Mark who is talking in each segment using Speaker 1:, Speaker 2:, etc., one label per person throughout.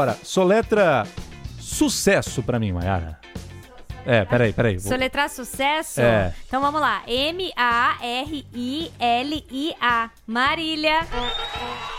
Speaker 1: Agora, soletra sucesso pra mim, Mayara. É, peraí, peraí. Vou...
Speaker 2: Soletrar sucesso?
Speaker 1: É.
Speaker 2: Então vamos lá. M-A-R-I-L-I-A. Marília.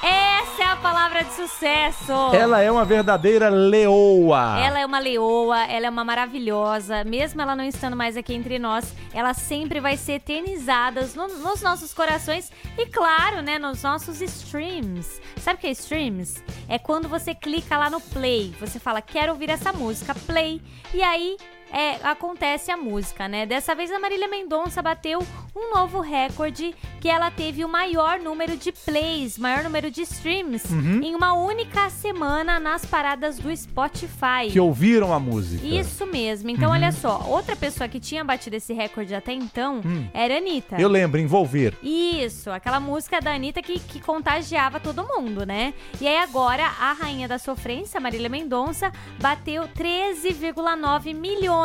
Speaker 2: Essa é a palavra de sucesso.
Speaker 1: Ela Ah. é uma verdadeira leoa.
Speaker 2: Ela é uma leoa, ela é uma maravilhosa. Mesmo ela não estando mais aqui entre nós, ela sempre vai ser eternizada no- nos nossos corações e, claro, né, nos nossos streams. Sabe o que é streams? É quando você clica lá no play, você fala, quero ouvir essa música, play. E aí é, acontece a música, né? Dessa vez a Marília Mendonça bateu um novo recorde que ela teve o maior número de plays, maior número de streams em uma única semana nas paradas do Spotify.
Speaker 1: Que ouviram a música.
Speaker 2: é Isso mesmo. Então, olha só, outra pessoa que tinha batido esse recorde até então era a Anitta.
Speaker 1: Eu lembro, envolver.
Speaker 2: Isso, aquela música da Anitta que, que contagiava todo mundo, né? E aí agora a rainha da sofrência, Marília Mendonça, bateu 13,9 milhões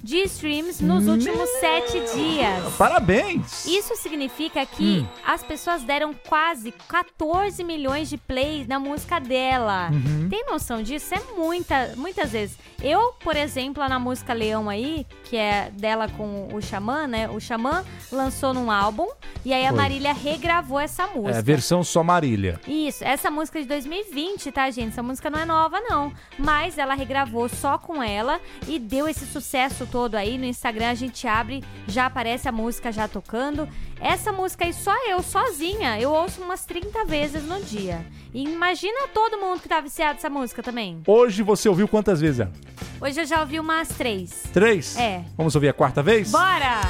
Speaker 2: de streams nos últimos sete dias.
Speaker 1: Parabéns!
Speaker 2: Isso significa que as pessoas deram quase 14 milhões de plays na música dela. Tem noção disso? É muita, muitas vezes. Eu, por exemplo, lá na música Leão aí, que é dela com o Xamã, né? O Xamã lançou num álbum e aí a
Speaker 1: Foi.
Speaker 2: Marília regravou essa música.
Speaker 1: É, versão só Marília.
Speaker 2: Isso, essa música é de 2020, tá, gente? Essa música não é nova, não. Mas ela regravou só com ela e deu esse sucesso todo aí. No Instagram a gente abre, já aparece a música já tocando. Essa música aí só eu, sozinha, eu ouço umas 30 vezes no dia. E imagina todo mundo que tá viciado nessa música também.
Speaker 1: Hoje você ouviu quantas vezes? Ana?
Speaker 2: Hoje eu já ouvi umas três.
Speaker 1: Três?
Speaker 2: É.
Speaker 1: Vamos ouvir a quarta vez?
Speaker 2: Bora!